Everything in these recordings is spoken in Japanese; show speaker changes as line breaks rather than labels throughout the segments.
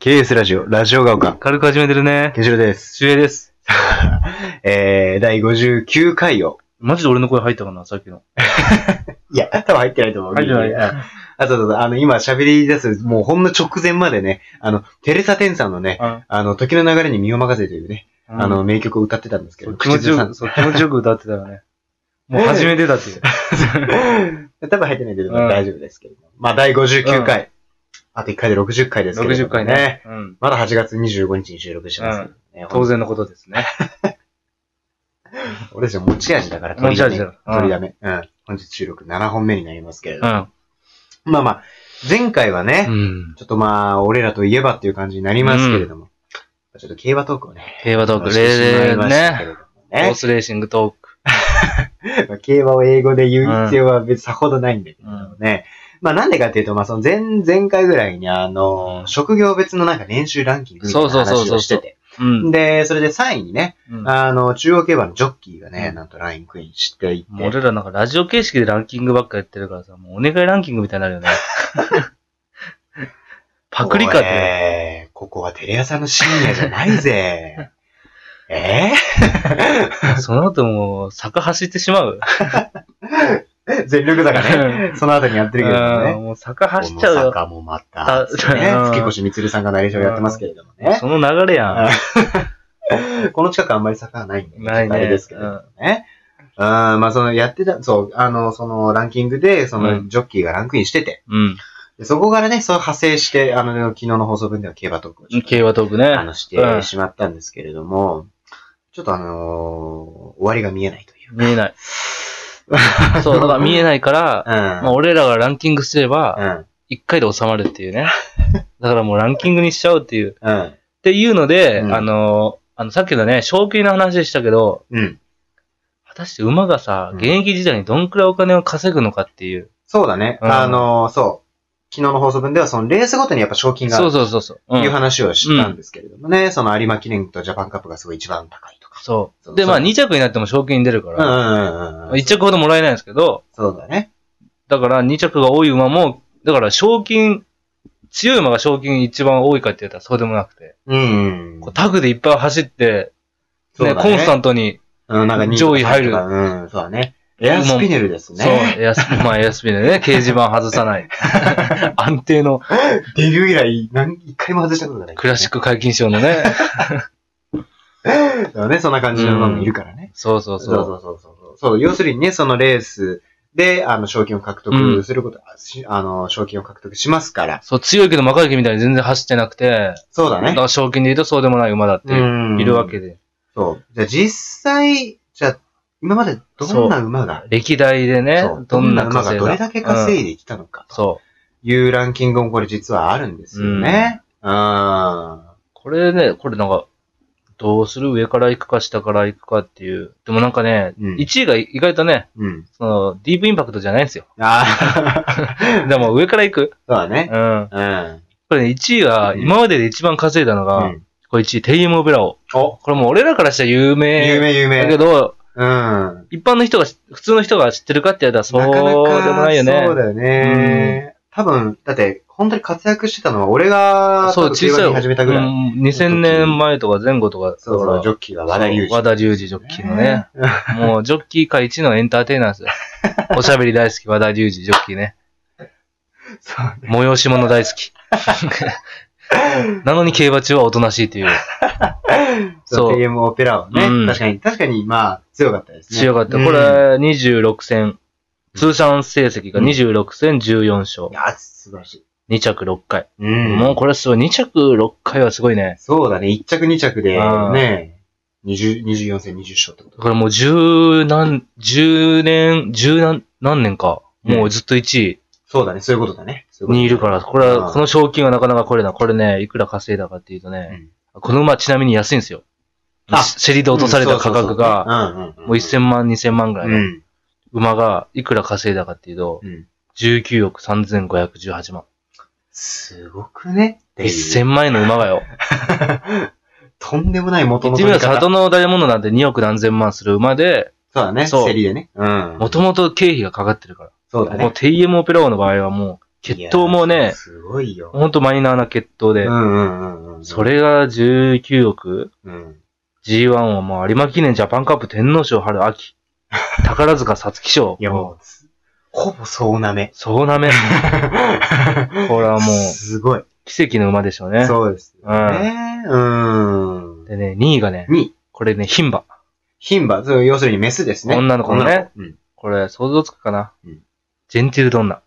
KS ラジオ、ラジオが丘、
軽く始めてるね。
ケンシロウです。
主演です。
えー、第59回を。
マジで俺の声入ったかな、さっきの。
いや、多分入ってないと思う。
うん
ああと、そうそうあの、今喋り出す、もうほんの直前までね、あの、テレサ・テンさんのね、
あ
あの、時の流れに身を任せというね、あの、、名曲を歌ってたんですけ
そ
ど、
う気持ちよ
さ
く、そう、気持ちよく歌ってたよね。もう始めてたっていう。
ん。 多分入ってないけど、
うん
大丈夫ですけど。まあ、第59回。あと1回で60回ですけど。
60回ね。。うん。
まだ8月25日に収録してますけどね、
当然のことですね。
俺たちの持ち味だから、
持ち味だ
取
から
りだめ。うん。本日収録7本目になりますけれど。
ん。
まあまあ、前回はね、
うん。
ちょっとまあ、俺らといえばっていう感じになりますけれども、ちょっと競馬トークをね、
平和トーク、
してしま
レ
い
ー
ま
ル
したけ
ね。
れども
ホースレーシングトーク。
ね。まあ競馬を英語で言う必要は別にさほどないんだけど
うん。
ね。まあなんでかっていうと、まあその前、前回ぐらいにあの、職業別のなんか年収ランキングみたいな
そうそうそう
話
そ
を
う
してて。
うん。
で、それで3位にね、
うん
あの、中央競馬のジョッキーがね、
うん
なんとラインクインしてい
もう
て、
俺らなんかラジオ形式でランキングばっかやってるからさ、もうお願いランキングみたいに なるよね。パクリか
お
って。
いここはテレ朝の深夜じゃない ぜ。えー、
その後もう、坂走ってしまう。
全力坂ね。その後にやってるけど
うん
ね。
もう坂
大
走っちゃうよ。
阪もまた、つってね
うん
月越みつるさんがナレーションやってますけれどもね。
その流れやん。
この近くあんまり坂はないんで、
ないね
あれですけれどもね。うん、まあそのやってた、そう、あの、そのランキングで、そうの
ん
ジョッキーがランクインしてて、
うん。
でそこからね、そう派生して、あの、昨日の放送分では競馬トークをちょっと
競馬トークね。
あのしてしまったんですけれども、ちょっとあのー終わりが見えないという。
見 えない。そう、だから見えないから、まあ、
う
俺らがランキングすれば、
ん。うん。
一回で収まるってい うね。だからもうランキングにしちゃうっていう。っ
うん。
ていうので、
うん
あの、あの、さっきのね、賞金の話でしたけど、
うん。
果たして馬がさ、
うん
現役時代にどんくらいお金を稼ぐのかっていう。
そうだね。
うん
あの、そう。昨日の放送分では、そのレースごとにやっぱ賞金があ
そう
る
そうそうそう。
と
うん
いう話をしたんですけれどもね、その有馬記念とジャパンカップがすごい一番高いとか。
そ
そう
う。で、まあ
そう
2着になっても賞金出るか
うんう
ら、
んうんうん。
1着ほどもらえないんですけど、
そうだね。
だから2着が多い馬も、だから賞金、強い馬が賞金一番多いかって言ったらそうでもなくて、
うん。
こうタグでいっぱい走って、
そう
ね
だね
コンスタントに、
うん、なんか二位とか
上位入る
うん、そうだね。エアスピネルです
そう、
ね。
エアスピ、 まあエアスピでね、掲示板外さ ない。安定の
デビュー以来、何、一回も外したことがない。
クラシック解禁賞のね。
ック。ね、そんな感じの馬もいるからね。
そうそう
そう
そう。
そうそうそうそう。そう、要するにね、そのレースで、あの、賞金を獲得すること、しあの、賞金を獲得しますから。
そう、強いけど若いけみたいに全然走ってなくて、
そうだ
だ
ね
か。ら賞金で言うとそうでもない馬だっていう、
ん
いるわけで。
そう。じゃあ実際、じゃあ今までどんな馬が、
歴代でね
そう、
どんな
馬が
稼い
どれだけ稼いできたのかと
そう。
いうランキングもこれ実はあるんですよね。うん。あ
これね、これなんか、どうする上から行くか下から行くかっていう。でもなんかね、
うん
1位が意外とね、
うん。
その、ディープインパクトじゃないんで すよ。
ああ、
でも上から行く。
そうだね。
うん。
うん。
これね、1位は、
うん
今までで一番稼いだの
う
が、
ん
これ1位、テイエム・オブラオ。
お、
これもう俺らからしたら有名。
有名有
だ
名。
けど、
うん。
一般の人が、普通の人が知ってるかって言ったらそう
な
で
かな
も
か
ないよね。
そうだよね。多分、だって、本当に活躍してたのは、俺が、
そう
多分競馬
小さい、
に始めたぐらい。
うん2000年前とか前後とか。
そうそう、ジョッキーは和田隆二。
和田隆二ジョッキーのね。もう、ジョッキー界一のエンターテイナーですよ。おしゃべり大好き、和田隆二ジョッキーね。
そうね。
催し物大好き。 なのに競馬中はおとなしいという。
そ、
そうう
TM オペラをね、
うん
確かに、確かに、まあ、強かったですね。
強かった。
うん
これ、26戦。通算成績が26戦14勝
い。や、素晴らしい。
2着6回。
うん
もうこれすごい。2着6回はすごいね。
そうだね、1着2着で
う、ん
ね、20 24戦20勝ってこと。
これもう十何、十年、十何、何年か。もうずっと1位
そうだね、そういうことだね。そういうことだね
にいるから、これ
う
は、
ん
この賞金はなかなかこれな。これね、いくら稼いだかっていうとね、この馬ちなみに安いんですよ。
あ
シェリで落とされた価格が、、もう1000万、2000万ぐらいの
万。
馬がいくら稼いだかっていうと、
うんうん。
19億3518万。
すごくねっていう
1000万円の馬がよ。
とんでもない元
言
の
って
取
み
り
れば
方。
里の大物なんて2億何千万する馬で、
そうだね、
そう
競りでね。うん。
もともと経費がかかってるから。
そうだ
この
ね。
TM オペラ王の場合はもう、血統も
いやー
ね、
すごいよ。
ほんとマイナーな血統で、
うんうんうんうん。
そ。れが19億、
うん。
G1 はもう有馬記念ジャパンカップ天皇賞春 秋、宝塚皐月賞。
いやもう、ほぼそうな め。
そうなめ。これはもう
すごい。
奇跡の馬でしょうね。
そうですよね。うん。
でね、2位がね、
2、
これね、牝馬。
牝馬、そう要するにメスですね。
女の子のね
女の子。
これ、想像つくかな、
うん
ジェンティル ドンナ。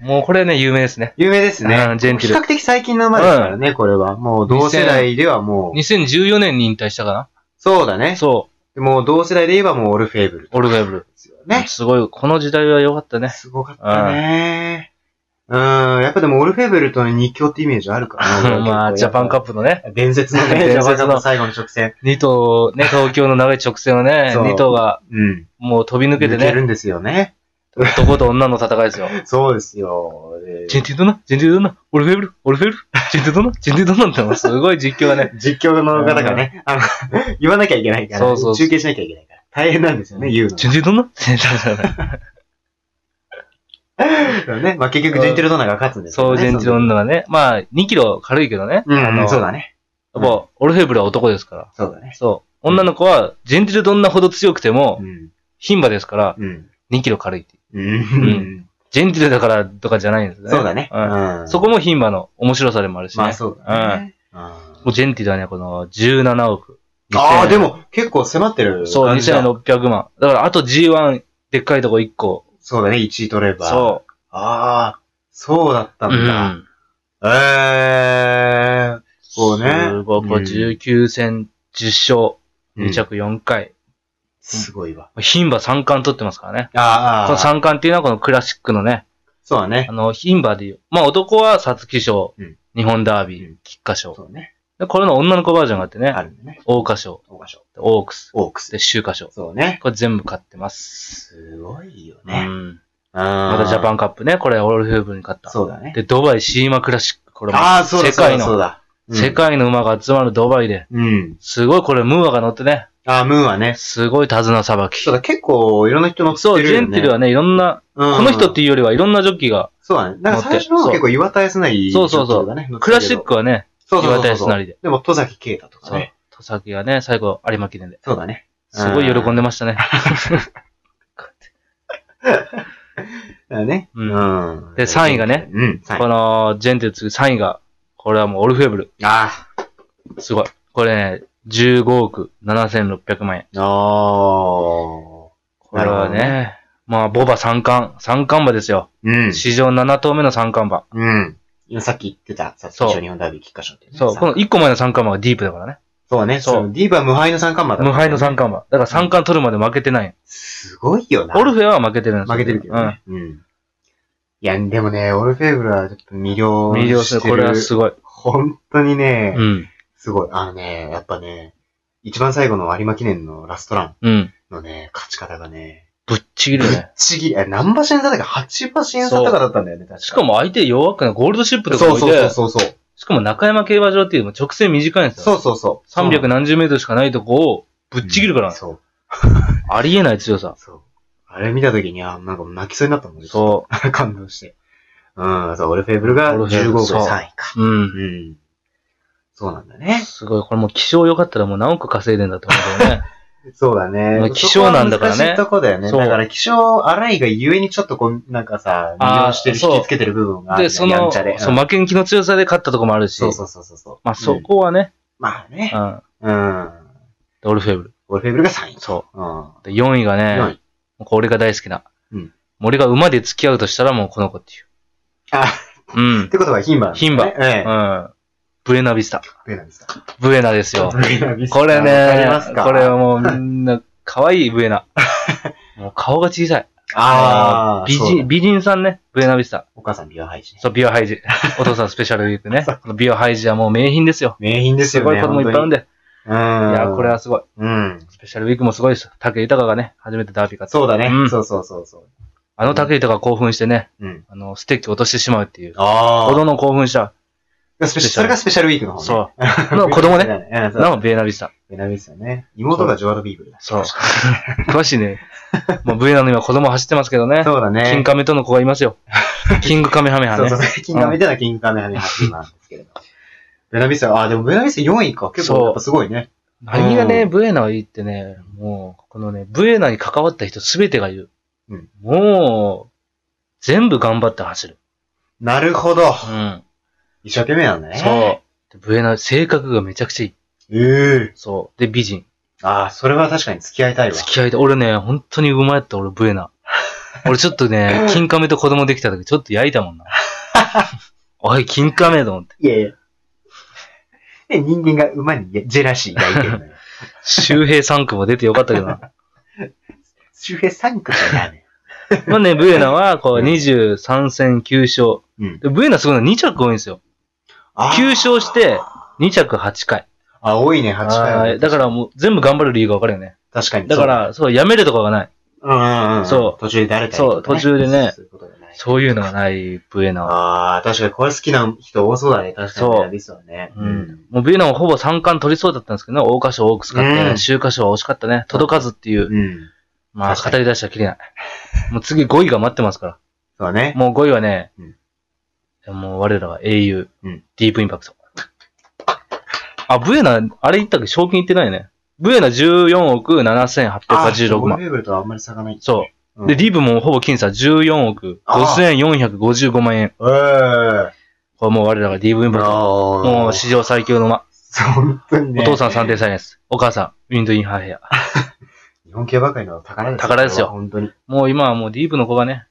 もうこれね、有名ですね。
うん。有名です
う
ね。
んジェンテ
比
ィル。
較的最近の馬ですからね、これは。もう同世代ではもう、
2014年に引退したか
そうだ
な
ね。
そ
もう同世代で言えばもうオルフェーブル
う、オルガイブル。
ですよね。
すごい、この時代は良かったね。
すごかったね。うん、やっぱでもオルフェーブルとの日強ってイメージあるからな。
まあ、ジャパンカップのね、
プ。伝説のね、
伝
ジ
説の
ャパンカップ最後の直線。
2頭、ね、東京の長い直線をね、
そう
2頭が
うん。
もう飛び抜けて
抜け
ね、
るんですよね。
男と女の戦いですよ。
そうですよ。で
ジェンティルドンナ、ジェンティルドンナ、オルフェーブル、オルフェーブル、ジェンティルドンナ、ジェンティルドンナってもうすごい実況がね、
実況の方がね、あの、 言わなきゃいけないから、
そうそうそう
中継しなきゃいけないから。大変なんですよね、言うの
ジェンティルドンナ、ジェンティルドンナ。
が。ね、まあ結局、ジェンティルドナが勝つんです
そ
よ
う、
ね。
ジェンティルドンナがね、まあ、2キロ軽いけどね。
その
あ
うん、
の
そうだね。
やっぱ、オルフェーブルは男ですから。
そうだね。
そう。女の子は、ジェンティルドンナほど強くても
う、ん。
牝馬ですから、
うん。
2キロ軽いっていう。
うん。
ジェンティルだからとかじゃないんです ね。
そうだね。
ん。
うん。
そこも牝馬の面白さでもあるしね。
まあそうだね。うん
もうジェンティルはね、この17億。
ああ、
2000
で。も結構迫ってる
そう、
感じだ。
2600万。だから、あと G1、でっかいとこ1個。
そうだね、1位取れば。う。
そ
ああ、そうだった
う。うん
だ。
ん。
ええそうね
すごい、これ
うん
19戦10
ー。
勝、2着4回。
すごいわ。
牝馬3冠取ってますからね。
あ
こ
ー
の
あー、
3冠っていうのはこのクラシックのね、
そうだね
あ。の、牝馬で言う。まあ男は皐月賞
うん、
日本ダービ
う
ー
ん、
菊花賞。
そうね。
で、これの女の子バージョンがあってね
あ、るんだね。
桜花賞、
大場所。
オークス、
オークス。
で、秋華賞。
そうね。
これ全部買ってます。
すごいよ
う
ね。
ん。
ま
またジャパ
ン
ンカップね、これオールフェーブルに勝った。
そうだね。
で、ドバイシーマクラシック、これも、
ああ、そうだ、
世界の
そうだ。そうだ
世。界の馬が集まるドバイで、
うんうん。
すごいこれムーアが乗ってね、
ああ、ムーンはね。
すごい手綱さばき。
そうだ、結構いろんな人乗ってる
そ
よ
う、
ね。
ジェンティルはね、いろんな、
うん、
この人っていうよりはいろんなジョッキーが、
そうだね。だから最初の
乗っ
方
て
結構岩田康成
そうそうそう
だね。乗って
ク
るけど
ラシックはね、
そうそうそうそう
岩田康成で。
でも、戸崎啓太とか
そう
ね。、
戸崎がね、最後有馬記念で、
そうだね。
すごい喜んでましたね。
だからね。
うん
うん
で三位がね。
うん、3
こ
位。
の、ジェンティル次3位が、これはもうオルフェーブル。
あ
すごい。これね、15億7600万円。
あ。お
これ
なる
は
ほど
ね、まあ、ボバ三冠、三冠馬ですよ。
ー。うん。
史上7頭目の三冠馬。
うん。今さっき言ってた、さっき
そう
一緒に日本ダービー菊花賞ってね
そう、この1個前の三冠馬がディープだからね。
そうね。
そう
そう。ディーバは無敗の三冠馬だ
無敗の三
冠。
冠馬。だから三冠取るまで負けてない。
すごいよな。
オルフェは負けてるんですよ
負けてるけど
うん。
ね。うん。いや、でもね、オルフェーブルはちょっと魅了
魅了する。
して
これはすごい。
本当にね、
うん。
すごい。あのね、やっぱね、一番最後の有馬記念のラストラン
うん。
のね、勝ち方がね、
ぶっちぎ
ぶ
る
っ
よね。
ちぎり、え何馬身差だっけ ?8 馬身差とかだったんだよね、確か。
しかも相手弱くない。ゴールドシップとか
そ
置
う
い
そうそう
て、
そうそう。
しかも中山競馬場っていうのも直線短いんです
そ
よ。
うそうそう。
300何十メートルしかないとこをぶっちぎるから。
そう。
ありえない強さ。
そう。あれ見たときに、あ、なんかもう泣きそうになったもんね。。
そう
感動して。うん、そう、オルフェーブルが
オルフェ
15
ーブル
号で
そう
3位か。
う。うん。
うん。そうなんだね。
すごい。これもう気象良かったらもう何億稼いでんだと思うけどね。
そうだ
まあ
ね。
希少なんだからね
そこは難しいとこだよね。
そう
だから気象荒いがゆえにちょっとこう、なんかさ、
あー
魅了してる、
そう
引きつけてる部分 がある
で、
ね
そ
や
の、
んちゃで。
そう、
ん
負けん気の強さで勝ったとこもあるし。
そうそうそうそうそう。
まあそ
うん
こはね、
まあね
う。ん。
うん。
でオルフェーブル。
オルフェーブルが3位。。
そう
うん。
う。で、4位が
4
ね、
位。
俺が大好きな。
うん。
俺が馬で付き合うとしたらもうこの子っていう。
あ、
うん
っ。てことは牝馬なんだね。
牝馬
ええ。
うん。ブエナビスタ。
ブエナビスタ。
ブエナですよ。
ブエナビスタ
これ
わかり
ね
ます、か
これはもうみんな、可愛い ブエナ。もう顔が小さい。
ああ、
美
そうだ
人、美人さんね、ブエナビスタ。
お母さん美容配信。
そう、ビアハイ ジ。お父さんスペシャルウィークね。このビアハイジはもう名品ですよ。
名品です
す
よ
ごい
ね。
子供いっぱいいるん
だ
で。
う
い
ん。
や、これは。すごい。
うん。
スペシャルウィークもすごいです。竹豊がね、初めてダービー勝った。
そうだね
う。ん
そうそうそうそ
あの竹豊が興奮してね、
う。うん。
あの、ステッキ落としてしまうっていう。
あ
ほどの興奮した。
あ。スペシャルそれがスペシャルウィークの方ね。
そう。 の子供ね。
ね。うん、そう。
の、ビエナビスタ。
ベナビですよね。妹がジョアドビーブルだ。
そう。詳しいね。もう V なのには子供走ってますけど ね。
そうだね。
キンカメとの子がいますよ。 キングカメハメハ
そう
ね
そ。う、キングカメみたいなキングカメハメハメなんですけれど。ベナビスタ、あ、でもベナビスタ4位か。結
そう
構やっぱすごいね。
何が
う
ね、ブエナがいいってね、もう、このね、ブエナに関わった人すべてが言う。
うん
もう、全部頑張って走る。
なるほど。
うん。
一生懸命なんだね。
そう。でブエナ、性格がめちゃくちゃいい。
う。ええ
そう。で、美人。
ああ、それは確かに付き合いたいわ。
付き合いで、俺ね、本当にうまいった、俺、ブエ ナ。俺ちょっとね、金亀と子供できた時、ちょっと焼いたも んな。おい、金亀と思って。
いやいや。で人間が馬にジェラシー抱いてるの よ。
周平3区も出てよかったけどな。
周平3区じゃダメ。
まあね、ブエナは、こう、
うん
23戦9
うん
勝。でブエナすごいのは2着多いんですよ。
あー
9勝して、2着8回。
あ、多いね、8
は
回
いだからもう全部頑張る理由がわかるよね。
確かに。
だから、そう、やめるとかがない。
そう、うんうんうん。
そう
途中で誰か
そう途中でね
そういうことがない。
そういうのがない、ブエナは。
ああ、確かにこれ好きな人多そうだね。確か
そう
にベナビスはね。
うん。もうブエナはほぼ3冠取りそうだったんですけどね、桜花賞多く使っ
う
て、
ん
秋華賞は惜しかったね。届かずっていう
う。ん。
まあ、
確か
語
に
り出したらきりない。もう次5位が待ってますか
そうだ
ら。
ね。
もう5位はね
うん、
もう我らは英雄
うん、
ディープインパクト。あ、ブエナ、あれ言ったっけ賞金言ってないね。ブエナ14億7886
ゴ
万
ル。フェーブルとはあんまり差がない。
そう。で、
ん
ディープもほぼ僅差14億5455万円。
えー。
これもう我らがディープインパクト。も
も
う史上最強の馬。
本当にね。
お父さん三定歳です。お母さん、ウィンドインハーヘア。
日本競馬界の宝ですよ。
宝ですよ
本当に。
もう今はもうディープの子がね、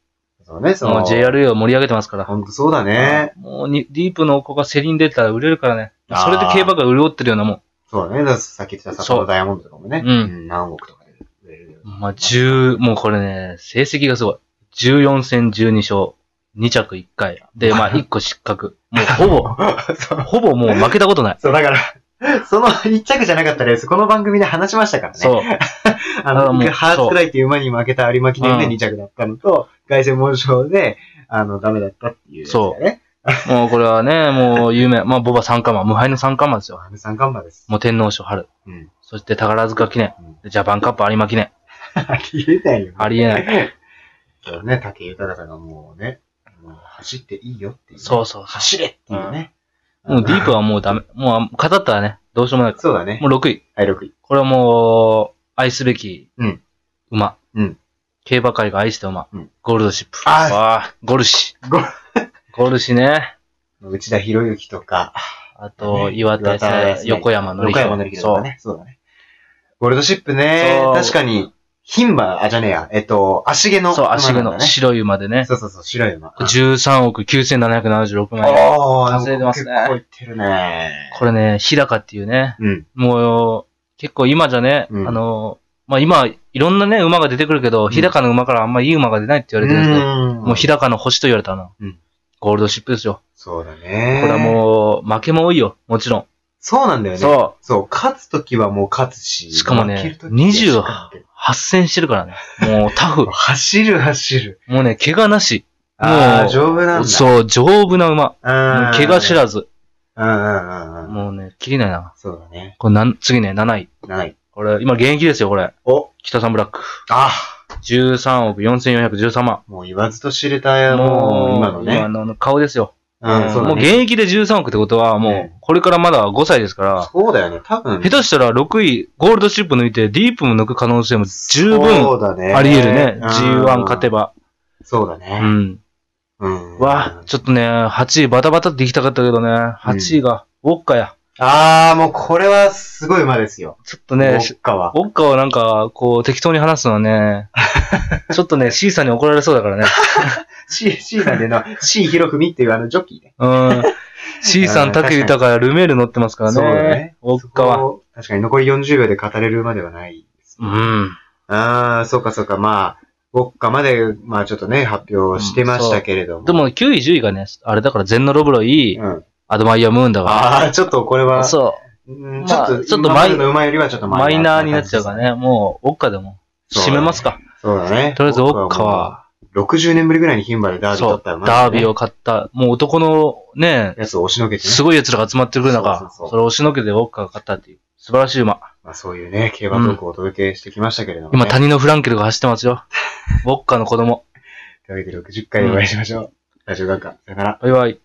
そうね、そ
もう
の。。
JRA を盛り上げてますから。
本当そうだね。
もうにディープの子が競りに出たら売れるからね。
あー
それで競馬が潤ってるようなもん。
そうだね。だからさっき言ってたサポーダイヤモンドとかもね。
そううん
ん。何億とかで売れるよ。
まあ、10、もうこれね、成績がすごい。14戦12勝、2着1回。で、まあ、1個失格。もうほぼ、
そう
ほぼもう負けたこ とない。
そう、だから、 その一着じゃなかったレース、この番組で話しましたからね。あ
そう。だからもう
の、ハーツクライっていう馬に負けた有馬記念で
うん
2着だったのと、凱旋門賞で、あの、ダメだったっていう、ね。。
そう
ね。
もうこれはね、もう有名。まあ、ボバ三冠馬、無敗の三冠馬ですよ。
あの三冠馬です。
もう天皇賞春。
うん。
そして宝塚記念
うん。
でジャパンカップ有馬記念。
ありえないよ。
ありえない。
そうね、竹豊さんがもうね、もう走っていいよっていう。。
そううそうそ
走れっていうね。
う。もうディープはもうダメ。もう語ったらね、どうしようもない か
そうだね
ら。。もう6位。
はい、6位。
これはもう、愛すべき
うん
馬。
うん
競馬界が愛した馬。
うん
ゴールドシップ。
あー
わあ、ゴルシ。
ゴ
ゴルシね。
内田博之とか、
あと、
ね
岩田さん、横山のり
横山のりとか
そう。
ね。そうだね。ゴールドシップね
そう、
確かに、牝馬、あ、じゃねえや、えっと、足毛の。
そう、足毛の
ね。
白い馬でね。
そうそうそう、白い馬。
13億9776万円。
おー、
稼いでますね
結構いってるね。
これね、日高っていうね、
うん。
もう、結構今じゃね、
うん
あの、まあ今、いろんなね、馬が出てくるけど、
ん
日高の馬からあんまいい馬が出ないって言われてるんですけど、もう日高の星と言われたな。
うん
ゴールドシップですよ。
そうだ
こ
ね。
れはもう、負けも多いよ、もちろん。
そうなんだよね。そう。
そ
勝つときはもう勝つし。
しかもね
負ける時はしか負け
う、発戦してるからね。もう、タフ
る。走る走る。
もうね、怪我なし。
あ
も
あ、
う
丈夫なんだ。う。
そう、丈夫な馬。もう怪我知
ん。
らず。
うんうんうんうん。
もうね、切りないな。
そうだね。
これなん、次ね、7位。
7位。
これ、今現役ですよ、これ。
お、
北さんブラック。
あ
13億4413万。
もう言わずと知れた、もう、今のね。
顔ですよ。
うん、そう
も
だ
う
ね。
現役で13億ってことは、もう
ね、
これからまだ5歳ですから、
そうだよね、多分。
下手したら6位、ゴールドシップ抜いて、ディープも抜く可能性も十分
そうだね。
あり得るね。
うん
G1 勝て。ば。
そうだ
う
ね。
ん。
うん。
わあ、ちょっとね、8位バタバタって行きたかったけどね、8位が、ウォッカや。
ああ、もうこれはすごい馬ですよ。
ちょっと
ウ
ね、
ォッカは。
ウォッカをなんか、こう、適当に話すのは ね、ちょっとね、C さんに怒られそうだからね。
C、C さん での C 広文っていうあのジョッキーね。
うん。C さん、竹豊やルメール乗ってますからね。
そうだね。
ウォッカは。
そう。確かに残り40秒で語れる馬ではないです
う
ね。
ん。
ああ、そうかそうか。まあ、ウォッカまで、まあちょっとね、発表してましたけれども。
でも、9位、10位がね、あれだから、ゼンノロブロイ
う、ん。
アドマイヤムーンだか
ああ、ちょっとこれ
ら。
は、
そ
うんちょ
ま
っ
あ
と、
ち
ち
ょ
ょ
っ
っと
とマ
マ
イ
イナーの馬よりはちょっ
う。
と
マイナーになっちゃう
ら
から。ね。もう、ウォッカでも、締めますか。
そうだね。
とりあえずウォッ
ウォッカ
カは
はもう。60年ぶりぐらいに牝馬でダービー取
そ
っ
う。
た馬
ダービー
を。
を買った、もう男のね、
やつを押しのけてね。
すごい奴らが集まってくる
そ
中、
うそうそう
それを押しのけてウォッカが買ったっていう。素晴らしい馬。
まあそういうね、競馬トークをお届けしてきましたけれども、ね。
今、谷のフランケルが走ってます よ。ウォッカの子供。
というわけで60回でお会いしましょう。ラジオ学科、さよなら。
バイバイ。